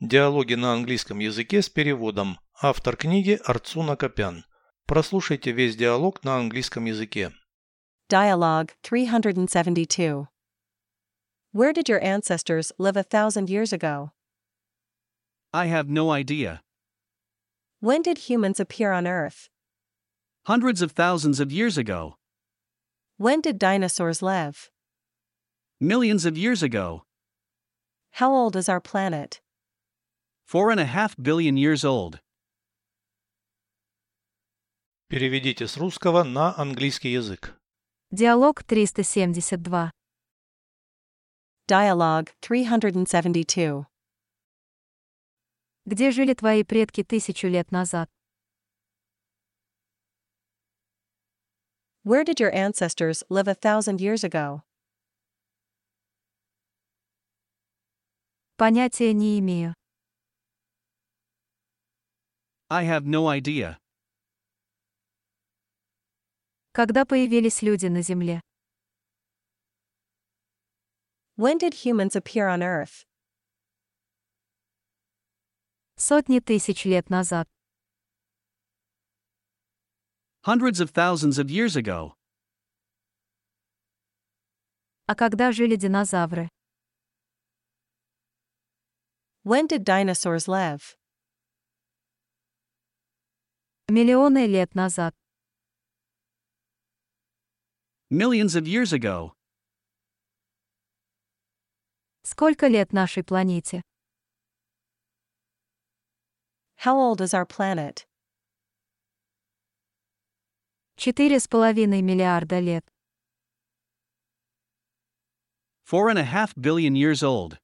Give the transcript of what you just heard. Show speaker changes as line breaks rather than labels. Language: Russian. Диалоги на английском языке с переводом. Автор книги Арцуна Копян. Прослушайте весь диалог на английском языке.
Dialogue 372. Where did your ancestors live a thousand years ago?
I have no idea.
When did humans appear on Earth?
Hundreds of thousands of years ago.
When did dinosaurs live?
Millions of years ago.
How old is our planet?
Four and a half billion years old.
Переведите с русского на английский язык.
Диалог 372.
Dialogue 372.
Где жили твои предки тысячу лет назад?
Where did your ancestors live a thousand years ago?
Понятия не имею.
I have no idea.
Когда появились люди на Земле?
When did humans appear on Earth?
Сотни тысяч лет назад.
Hundreds of thousands of years ago.
А когда жили динозавры?
When did dinosaurs live?
Миллионы лет назад.
Millions of years ago.
Сколько лет нашей планете?
How old is our planet?
Четыре с половиной миллиарда лет.
Four and a half billion years old.